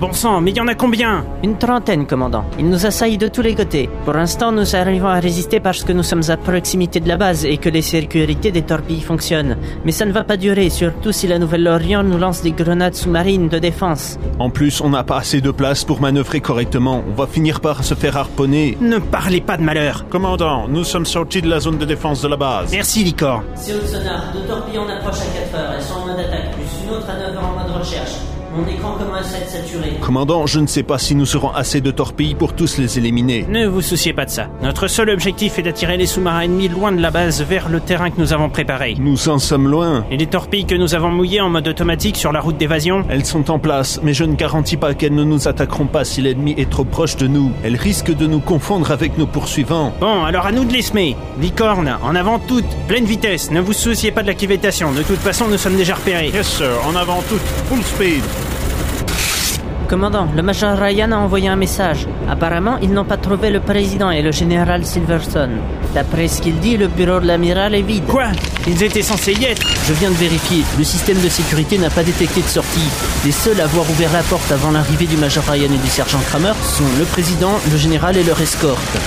Bon sang, mais il y en a combien Une trentaine, commandant. Ils nous assaillent de tous les côtés. Pour l'instant, nous arrivons à résister parce que nous sommes à proximité de la base et que les sécurités des torpilles fonctionnent. Mais ça ne va pas durer, surtout si la Nouvelle-Orient nous lance des grenades sous-marines de défense. En plus, on n'a pas assez de place pour manœuvrer correctement. On va finir par se faire harponner. Ne parlez pas de malheur Commandant, nous sommes sortis de la zone de défense de la base. Merci, Licor. C'est au sonar, deux torpilles en approche à 4 heures. Elles sont en main d'attaque, plus une autre à 9 heures en main de recherche. Mon écran commence à être saturé. Commandant, je ne sais pas si nous serons assez de torpilles pour tous les éliminer. Ne vous souciez pas de ça. Notre seul objectif est d'attirer les sous-marins ennemis loin de la base vers le terrain que nous avons préparé. Nous en sommes loin. Et les torpilles que nous avons mouillées en mode automatique sur la route d'évasion Elles sont en place, mais je ne garantis pas qu'elles ne nous attaqueront pas si l'ennemi est trop proche de nous. Elles risquent de nous confondre avec nos poursuivants. Bon, alors à nous de les semer. Licorne, en avant toutes, pleine vitesse, ne vous souciez pas de la cuvettation, de toute façon nous sommes déjà repérés. Yes sir, en avant toutes, full speed. Commandant, le major Ryan a envoyé un message. Apparemment, ils n'ont pas trouvé le président et le général Silverstone. D'après ce qu'il dit, le bureau de l'amiral est vide. Quoi Ils étaient censés y être Je viens de vérifier. Le système de sécurité n'a pas détecté de sortie. Les seuls à avoir ouvert la porte avant l'arrivée du major Ryan et du sergent Kramer sont le président, le général et leur escorte.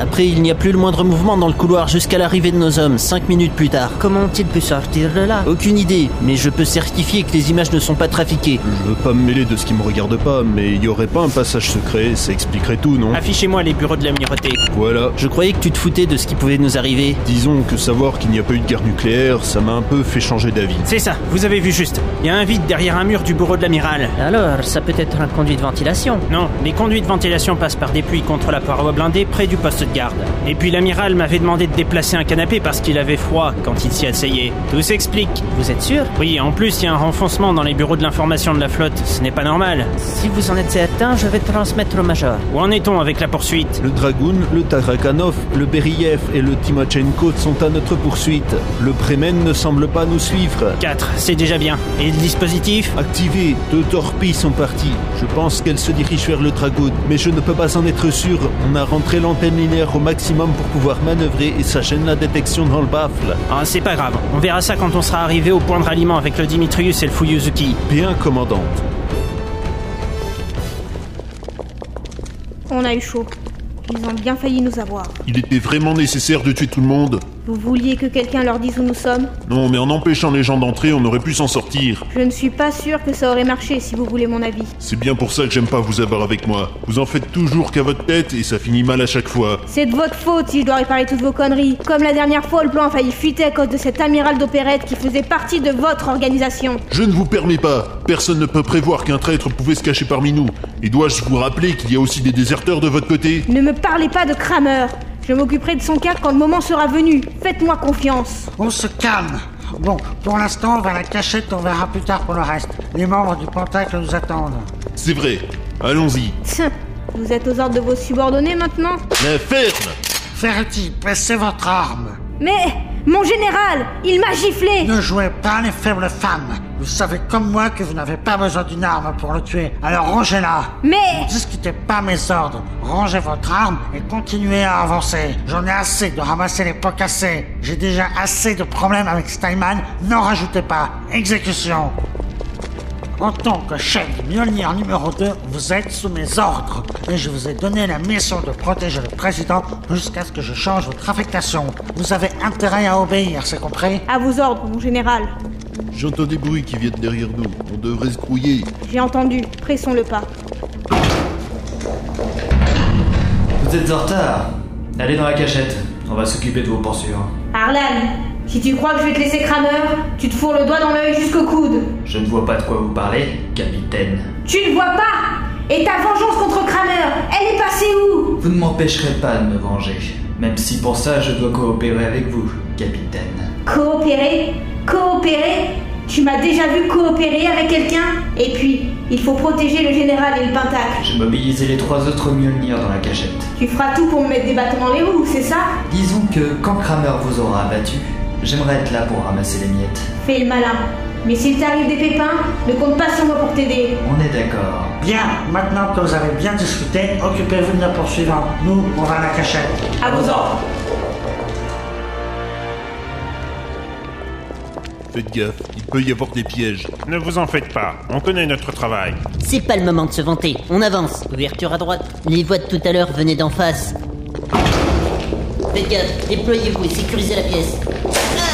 Après, il n'y a plus le moindre mouvement dans le couloir jusqu'à l'arrivée de nos hommes, cinq minutes plus tard. Comment ont-ils pu sortir de là Aucune idée, mais je peux certifier que les images ne sont pas trafiquées. Je veux pas me mêler de ce qui me regarde pas, mais il y aurait pas un passage secret, ça expliquerait tout, non Affichez-moi les bureaux de l'amirauté. Voilà. Je croyais que tu te foutais de ce qui pouvait nous arriver. Disons que savoir qu'il n'y a pas eu de guerre nucléaire, ça m'a un peu fait changer d'avis. C'est ça, vous avez vu juste. Il y a un vide derrière un mur du bureau de l'amiral. Alors, ça peut être un conduit de ventilation. Non, les conduits de ventilation passent par des pluies contre la paroi blindée près du poste de garde. Et puis l'amiral m'avait demandé de déplacer un canapé parce qu'il avait froid quand il s'y asseyait. Tout s'explique. Vous êtes sûr Oui, en plus, il y a un renfoncement dans les bureaux de l'information de la flotte. Ce n'est pas normal. Si vous en êtes certain, je vais transmettre au major. Où en est-on avec la poursuite Le Dragoun, le Tarakanov, le Beriev et le Timochenko sont à notre poursuite. Le Bremen ne semble pas nous suivre. 4, c'est déjà bien. Et le dispositif Activé, deux torpilles sont parties. Je pense qu'elles se dirigent vers le Dragoun, mais je ne peux pas en être sûr. On a rentré l'antenne linéaire au maximum pour pouvoir manœuvrer et ça gêne la détection dans le baffle. Ah, c'est pas grave. On verra ça quand on sera arrivé au point de ralliement avec le Dimitrius et le Fuyuzuki. Bien, commandante. On a eu chaud. Ils ont bien failli nous avoir. Il était vraiment nécessaire de tuer tout le monde Vous vouliez que quelqu'un leur dise où nous sommes Non, mais en empêchant les gens d'entrer, on aurait pu s'en sortir. Je ne suis pas sûr que ça aurait marché, si vous voulez mon avis. C'est bien pour ça que j'aime pas vous avoir avec moi. Vous en faites toujours qu'à votre tête et ça finit mal à chaque fois. C'est de votre faute si je dois réparer toutes vos conneries. Comme la dernière fois, le plan a failli fuiter à cause de cet amiral d'opérette qui faisait partie de votre organisation. Je ne vous permets pas. Personne ne peut prévoir qu'un traître pouvait se cacher parmi nous. Et dois-je vous rappeler qu'il y a aussi des déserteurs de votre côté Ne me parlez pas de Kramer. Je m'occuperai de son cas quand le moment sera venu. Faites-moi confiance. On se calme. Bon, pour l'instant, on va la cachette, on verra plus tard pour le reste. Les membres du Pentacle nous attendent. C'est vrai. Allons-y. Tiens, vous êtes aux ordres de vos subordonnés maintenant La ferme Ferretti, baissez votre arme. Mais mon général, il m'a giflé Ne jouez pas les faibles femmes. Vous savez comme moi que vous n'avez pas besoin d'une arme pour le tuer, alors rangez-la. Mais Ne discutez pas mes ordres. Rangez votre arme et continuez à avancer. J'en ai assez de ramasser les pots cassés. J'ai déjà assez de problèmes avec Steinman. N'en rajoutez pas. Exécution. En tant que chef du Mjolnir numéro 2, vous êtes sous mes ordres. Et je vous ai donné la mission de protéger le président jusqu'à ce que je change votre affectation. Vous avez intérêt à obéir, c'est compris à vos ordres, mon général. J'entends des bruits qui viennent derrière nous. On devrait se grouiller. J'ai entendu. Pressons le pas. Vous êtes en retard. Allez dans la cachette. On va s'occuper de vos poursuivants. Arlan, si tu crois que je vais te laisser crameur, tu te fourres le doigt dans l'œil jusqu'au coude. Je ne vois pas de quoi vous parlez, capitaine. Tu ne vois pas Et ta vengeance contre Kramer, elle est passée où Vous ne m'empêcherez pas de me venger. Même si pour ça, je dois coopérer avec vous, capitaine. Coopérer Coopérer Tu m'as déjà vu coopérer avec quelqu'un Et puis, il faut protéger le général et le pentacle. J'ai mobilisé les trois autres Mjolnir dans la cachette. Tu feras tout pour me mettre des bâtons dans les roues, c'est ça Disons que quand Kramer vous aura abattu, j'aimerais être là pour ramasser les miettes. Fais le malin. Mais s'il t'arrive des pépins, ne compte pas sur moi pour t'aider. On est d'accord. Bien, maintenant que vous avez bien discuté, occupez-vous de la poursuivante. Nous, on va à la cachette. À vos ordres. Faites gaffe, il peut y avoir des pièges. Ne vous en faites pas, on connaît notre travail. C'est pas le moment de se vanter. On avance. Ouverture à droite. Les voix de tout à l'heure venaient d'en face. Faites gaffe, déployez-vous et sécurisez la pièce.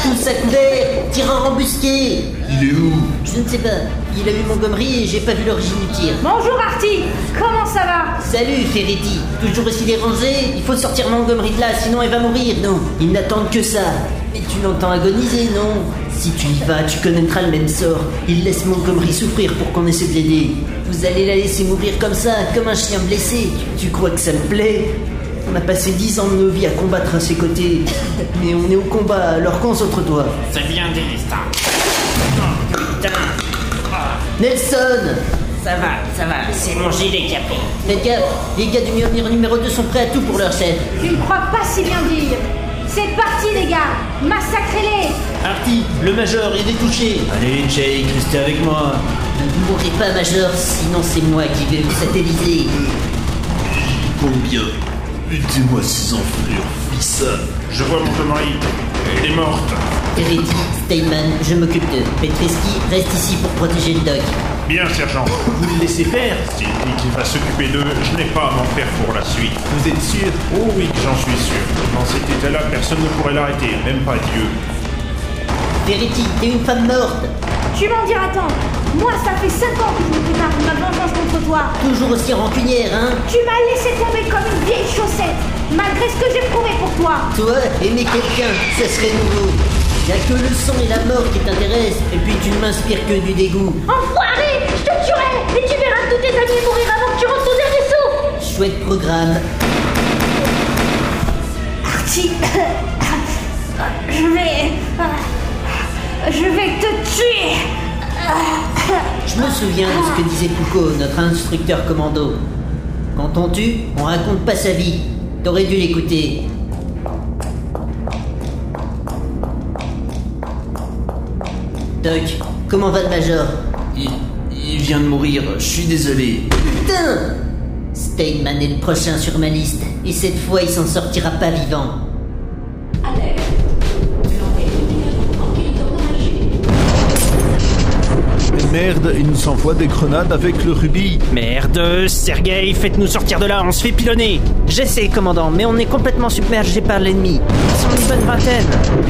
Tous à couvert, tireur embusqué. Il est où Je ne sais pas. Il a eu Montgomery et j'ai pas vu l'origine du tir. Bonjour Artie, comment ça va Salut Ferretti, toujours aussi dérangé Il faut sortir Montgomery de là, sinon elle va mourir, non Ils n'attendent que ça Mais tu l'entends agoniser, non Si tu y vas, tu connaîtras le même sort. Il laisse Montgomery souffrir pour qu'on essaie de l'aider. Vous allez la laisser mourir comme ça, comme un chien blessé. Tu crois que ça me plaît on a passé dix ans de nos vies à combattre à ses côtés, mais on est au combat, alors concentre-toi. Ça vient des Oh putain Nelson Ça va, ça va, Ah, c'est mon gilet qui a pris. Faites gaffe, les gars du mur numéro 2 sont prêts à tout pour leur chef. Tu ne crois pas si bien dire. C'est parti les gars, massacrez-les Artie, le major, il est touché. Allez, Jake, restez avec moi. Ne mourrez pas, Major, sinon c'est moi qui vais vous satelliser. Combien Aidez-moi ces enflures, fils. Je vois Montgomery. Elle est morte. Teredi, Steinman, je m'occupe d'eux. Petreski, reste ici pour protéger le doc. Bien, sergent. Vous le laissez faire S'il dit qu'il va s'occuper d'eux, je n'ai pas à m'en faire pour la suite. Vous êtes sûr Oh oui, j'en suis sûr. Dans cet état-là, personne ne pourrait l'arrêter, même pas Dieu. Teredi, t'es une femme morte. Tu m'en diras tant Moi ça fait 5 ans que je me prépare pour ma vengeance contre toi Toujours aussi rancunière, hein Tu m'as laissé tomber comme une vieille chaussette, malgré ce que j'ai prouvé pour toi Toi, aimer quelqu'un, ça serait nouveau. Y'a que le sang et la mort qui t'intéressent, et puis tu ne m'inspires que du dégoût. Enfoiré Je te tuerai Et tu verras tous tes amis mourir avant que tu rentres ton dernier souffle Chouette programme. Artie Je vais... euh, Je vais te tuer Je me souviens de ce que disait Pouko, notre instructeur commando. Quand on tue, on raconte pas sa vie. T'aurais dû l'écouter. Doc, comment va le major Il, il vient de mourir, je suis désolé. Putain Steinman est le prochain sur ma liste, et cette fois il s'en sortira pas vivant. Mais merde, il nous envoie des grenades avec le rubis. Merde, Sergei, faites-nous sortir de là, on se fait pilonner J'essaie, commandant, mais on est complètement submergé par l'ennemi. Ils sont une bonne vingtaine.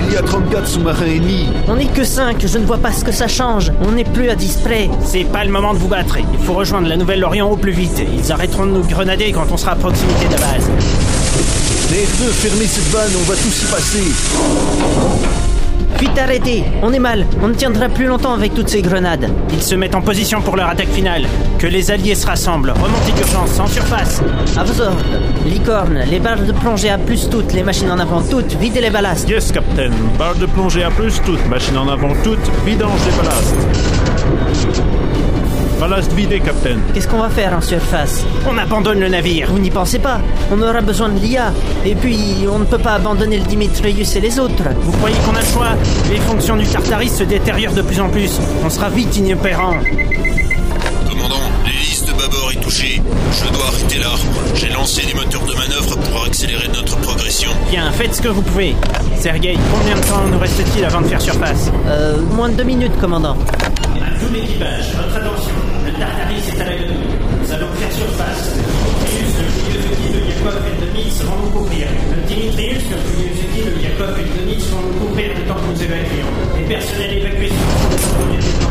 Il y a 34 sous-marins ennemis. On n'est que 5, je ne vois pas ce que ça change. On n'est plus à 10 près. C'est pas le moment de vous battre, il faut rejoindre la Nouvelle-Orient au plus vite. Ils arrêteront de nous grenader quand on sera à proximité de la base. Merde, fermez cette vanne, on va tous y passer. Vite arrêtez, on est mal, on ne tiendra plus longtemps avec toutes ces grenades. Ils se mettent en position pour leur attaque finale. Que les alliés se rassemblent, remontez d'urgence, en surface À vos ordres, licorne, les barres de plongée à plus toutes, les machines en avant toutes, videz les ballasts. Yes, Captain. Barre de plongée à plus, toute machine en avant, toute vidange des ballasts. Ballast vidé, Captain. Qu'est-ce qu'on va faire en surface On abandonne le navire Vous n'y pensez pas, on aura besoin de l'IA. Et puis, on ne peut pas abandonner le Dimitrius et les autres. Vous croyez qu'on a le choix Les fonctions du Tartaris se détériorent de plus en plus. On sera vite inopérant. Commandant, l'hélice de bâbord est touchée. Je dois arrêter l'arbre. J'ai lancé des moteurs de manœuvre pour accélérer notre progression. Bien, faites ce que vous pouvez. Sergei, combien de temps nous reste-t-il avant de faire surface Euh, moins de deux minutes, commandant. À tout l'équipage, votre attention. Le Tartaris est à l'agonie. Nous allons faire surface. Dimitrius, le Julius de Yakov et de Mitz vont nous couvrir. Le Dimitrius, le Julius de Yakov et de Mitz vont nous couvrir le temps que nous évacuons. Les personnels évacués sont le lieutenant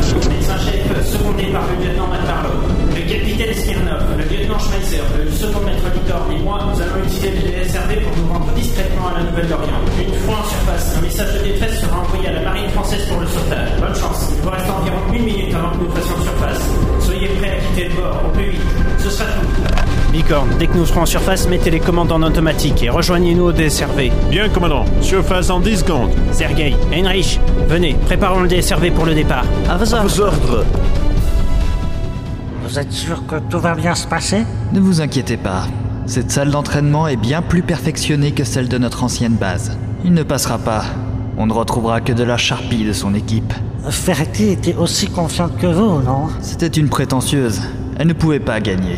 Smirnov, le médecin-chef secondé par le lieutenant Matmarlo. Le capitaine Smirnov, le lieutenant Schmeisser, le second maître Litorne et moi, nous allons utiliser le SRV pour nous rendre discrètement à la Nouvelle-Orient. Une fois en surface, un message de détresse sera envoyé à la marine française pour le sauvetage. Bonne chance, il vous reste environ une minute avant que nous fassions surface. Soyez prêts à quitter le bord, au plus vite. Ce sera tout. Bicorne, dès que nous serons en surface, mettez les commandes en automatique et rejoignez-nous au DSRV. Bien, commandant. Surface en 10 secondes. Sergei, Heinrich, venez, préparons le DSRV pour le départ. À vos ordres. Aux ordres. Vous êtes sûr que tout va bien se passer Ne vous inquiétez pas. Cette salle d'entraînement est bien plus perfectionnée que celle de notre ancienne base. Il ne passera pas. On ne retrouvera que de la charpie de son équipe. Ferretti était aussi confiante que vous, non C'était une prétentieuse. Elle ne pouvait pas gagner.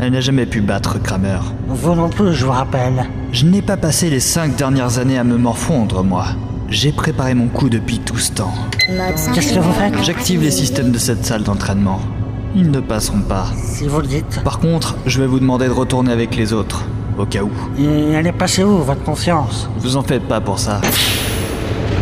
Elle n'a jamais pu battre Kramer. Vous non plus, je vous rappelle. Je n'ai pas passé les cinq dernières années à me morfondre, moi. J'ai préparé mon coup depuis tout ce temps. Qu'est-ce que vous faites J'active les systèmes de cette salle d'entraînement. Ils ne passeront pas. Si vous le dites. Par contre, je vais vous demander de retourner avec les autres, au cas où. Et elle est passée où, votre confiance Vous en faites pas pour ça.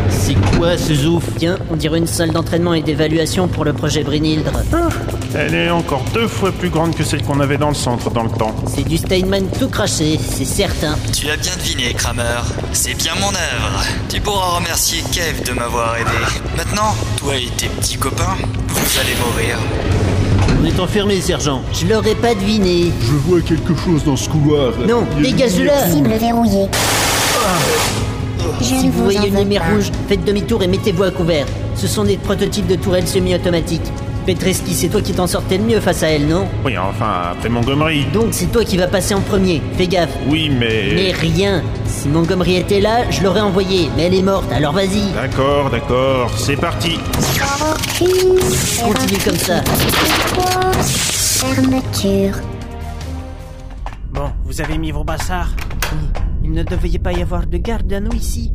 C'est quoi ce zouf Tiens, on dirait une salle d'entraînement et d'évaluation pour le projet Brinildre. Hein Elle est encore deux fois plus grande que celle qu'on avait dans le centre dans le temps. C'est du Steinman tout craché, c'est certain. Tu as bien deviné, Kramer. C'est bien mon œuvre. Tu pourras remercier Kev de m'avoir aidé. Maintenant, toi et tes petits copains, vous allez mourir. On est enfermé, sergent. Je l'aurais pas deviné. Je vois quelque chose dans ce couloir. Non, Il y a une dégage-le lumière rouge. Cible verrouillée. Je Si ne vous vous en voyez une veux lumière pas. rouge, faites demi-tour et mettez-vous à couvert. Ce sont des prototypes de tourelles semi-automatiques. Petreski, c'est toi qui t'en sortais le mieux face à elle, non Oui, enfin, après Montgomery. Donc c'est toi qui vas passer en premier, fais gaffe. Oui, mais. Mais rien. Si Montgomery était là, je l'aurais envoyé, mais elle est morte, alors vas-y. D'accord, d'accord, c'est parti. Continue comme ça. Fermeture. Bon, vous avez mis vos bassards Il ne devait pas y avoir de garde à nous ici.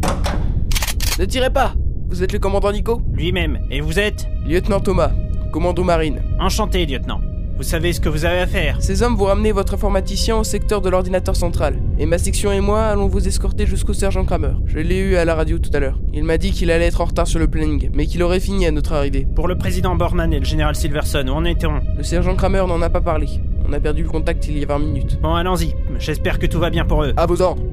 Ne tirez pas Vous êtes le commandant Nico Lui-même. Et vous êtes Lieutenant Thomas, commando marine. Enchanté, lieutenant. Vous savez ce que vous avez à faire. Ces hommes vont ramener votre informaticien au secteur de l'ordinateur central. Et ma section et moi allons vous escorter jusqu'au sergent Kramer. Je l'ai eu à la radio tout à l'heure. Il m'a dit qu'il allait être en retard sur le planning, mais qu'il aurait fini à notre arrivée. Pour le président Borman et le général Silverson, où en était-on Le sergent Kramer n'en a pas parlé. On a perdu le contact il y a 20 minutes. Bon, allons-y. J'espère que tout va bien pour eux. Ah, À vos ordres.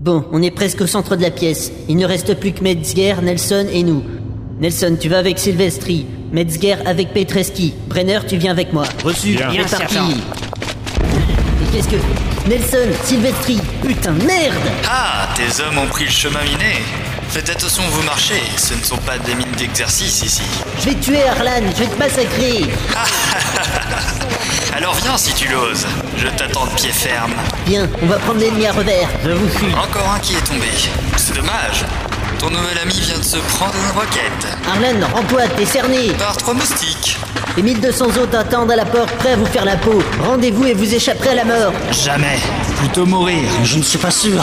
Bon, on est presque au centre de la pièce. Il ne reste plus que Metzger, Nelson et nous. Nelson, tu vas avec Silvestri. Metzger avec Petreski. Brenner, tu viens avec moi. Reçu. Bien. C'est Bien, parti. sergent. Et qu'est-ce que... Nelson, Silvestri, putain, merde Ah, tes hommes ont pris le chemin miné. Faites attention où vous marchez, ce ne sont pas des mines d'exercice ici. Je vais te tuer Arlan, je vais te massacrer Alors viens si tu l'oses, je t'attends de pied ferme. Bien, on va prendre l'ennemi à revers. Je vous suis. Encore un qui est tombé. C'est dommage. Ton nouvel ami vient de se prendre une roquette. Arlan, rends-toi, t'es cerné Par trois moustiques. Les 1200 autres attendent à la porte, prêts à vous faire la peau. Rendez-vous et vous échapperez à la mort. Jamais. Plutôt mourir. Je ne suis pas sûr.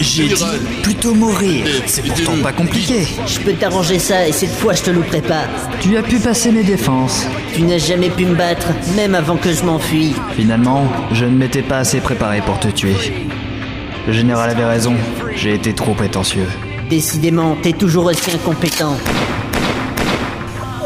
J'ai dit plutôt mourir. C'est pourtant pas compliqué. Je peux t'arranger ça et cette fois je te louperai pas. Tu as pu passer mes défenses. Tu n'as jamais pu me battre, même avant que je m'enfuis. Finalement, je ne m'étais pas assez préparé pour te tuer. Le général avait raison, j'ai été trop prétentieux. Décidément, t'es toujours aussi incompétent.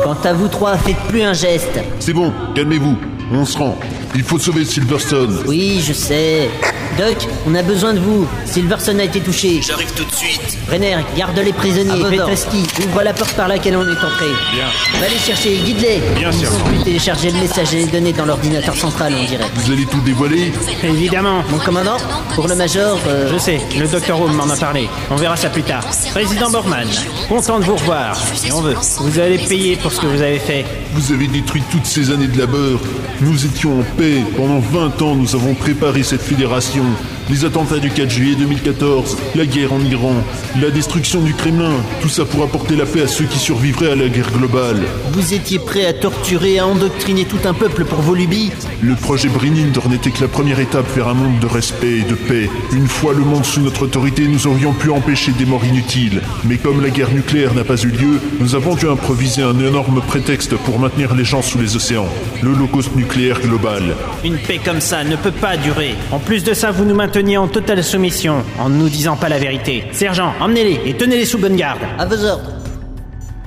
Quant à vous trois, faites plus un geste. C'est bon, calmez-vous. On se rend. Il faut sauver Silverstone. Oui, je sais. Doc, on a besoin de vous. Silverson a été touché. J'arrive tout de suite. Brenner, garde les prisonniers. À vos ordres. Petreski, ouvre la porte par laquelle on est entré. Bien. Va les chercher, guide-les. Bien, sûr. sergent. télécharger le message et les données dans l'ordinateur central, on dirait. Vous allez tout dévoiler Évidemment. Mon commandant, pour le major, euh, Je sais, le docteur Home m'en a parlé. On verra ça plus tard. Président Borman, content de vous revoir. Et on veut. Vous allez payer pour ce que vous avez fait. Vous avez détruit toutes ces années de labeur. Nous étions en paix. Pendant 20 ans, nous avons préparé cette fédération. Les attentats du 4 juillet 2014, la guerre en Iran, la destruction du Kremlin, tout ça pour apporter la paix à ceux qui survivraient à la guerre globale. Vous étiez prêt à torturer, à endoctriner tout un peuple pour vos lubies Le projet Brinildor n'était que la première étape vers un monde de respect et de paix. Une fois le monde sous notre autorité, nous aurions pu empêcher des morts inutiles. Mais comme la guerre nucléaire n'a pas eu lieu, nous avons dû improviser un énorme prétexte pour maintenir les gens sous les océans. L'Holocauste nucléaire global. Une paix comme ça ne peut pas durer. En plus de ça, vous nous mainteniez en totale soumission, en ne nous disant pas la vérité. Sergent, emmenez-les et tenez-les sous bonne garde. à vos ordres.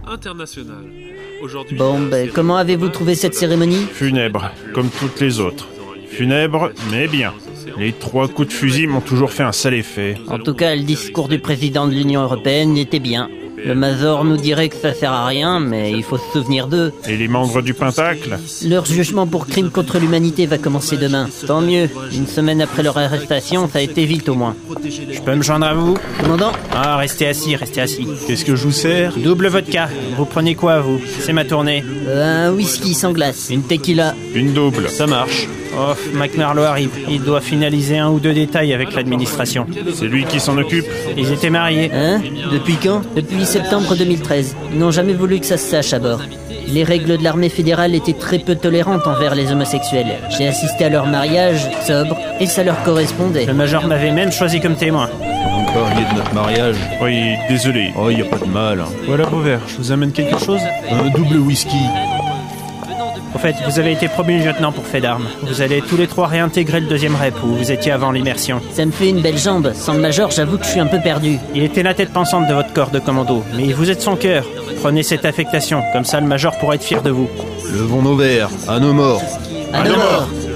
International. Aujourd'hui, Bon, ben, comment avez-vous trouvé cette cérémonie Funèbre, comme toutes les autres. Funèbre, mais bien. Les trois coups de fusil m'ont toujours fait un sale effet. En tout cas, le discours du président de l'Union Européenne était bien. Le Mazor nous dirait que ça sert à rien, mais il faut se souvenir d'eux. Et les membres du Pentacle Leur jugement pour crime contre l'humanité va commencer demain. Tant mieux. Une semaine après leur arrestation, ça a été vite au moins. Je peux me joindre à vous Commandant Ah, restez assis, restez assis. Qu'est-ce que je vous sers Double vodka. Vous prenez quoi, vous C'est ma tournée. Euh, Un whisky sans glace. Une tequila. Une double. Ça marche. Oh, McMarlowe arrive. Il doit finaliser un ou deux détails avec l'administration. C'est lui qui s'en occupe Ils étaient mariés. Hein Depuis quand Depuis septembre 2013. Ils n'ont jamais voulu que ça se sache à bord. Les règles de l'armée fédérale étaient très peu tolérantes envers les homosexuels. J'ai assisté à leur mariage, sobre, et ça leur correspondait. Le major m'avait même choisi comme témoin. Oh, il y a de notre mariage. Oui, désolé. Oh, il n'y a pas de mal. Voilà, Beauvert, je vous amène quelque chose Un double whisky. Au fait, vous avez été promu lieutenant pour fait d'armes. Vous allez tous les trois réintégrer le deuxième rep où vous étiez avant l'immersion. Ça me fait une belle jambe. Sans le major, j'avoue que je suis un peu perdu. Il était la tête pensante de votre corps de commando, mais vous êtes son cœur. Prenez cette affectation, comme ça le major pourra être fier de vous. Levons nos verres, à nos morts. À nos morts Mmh.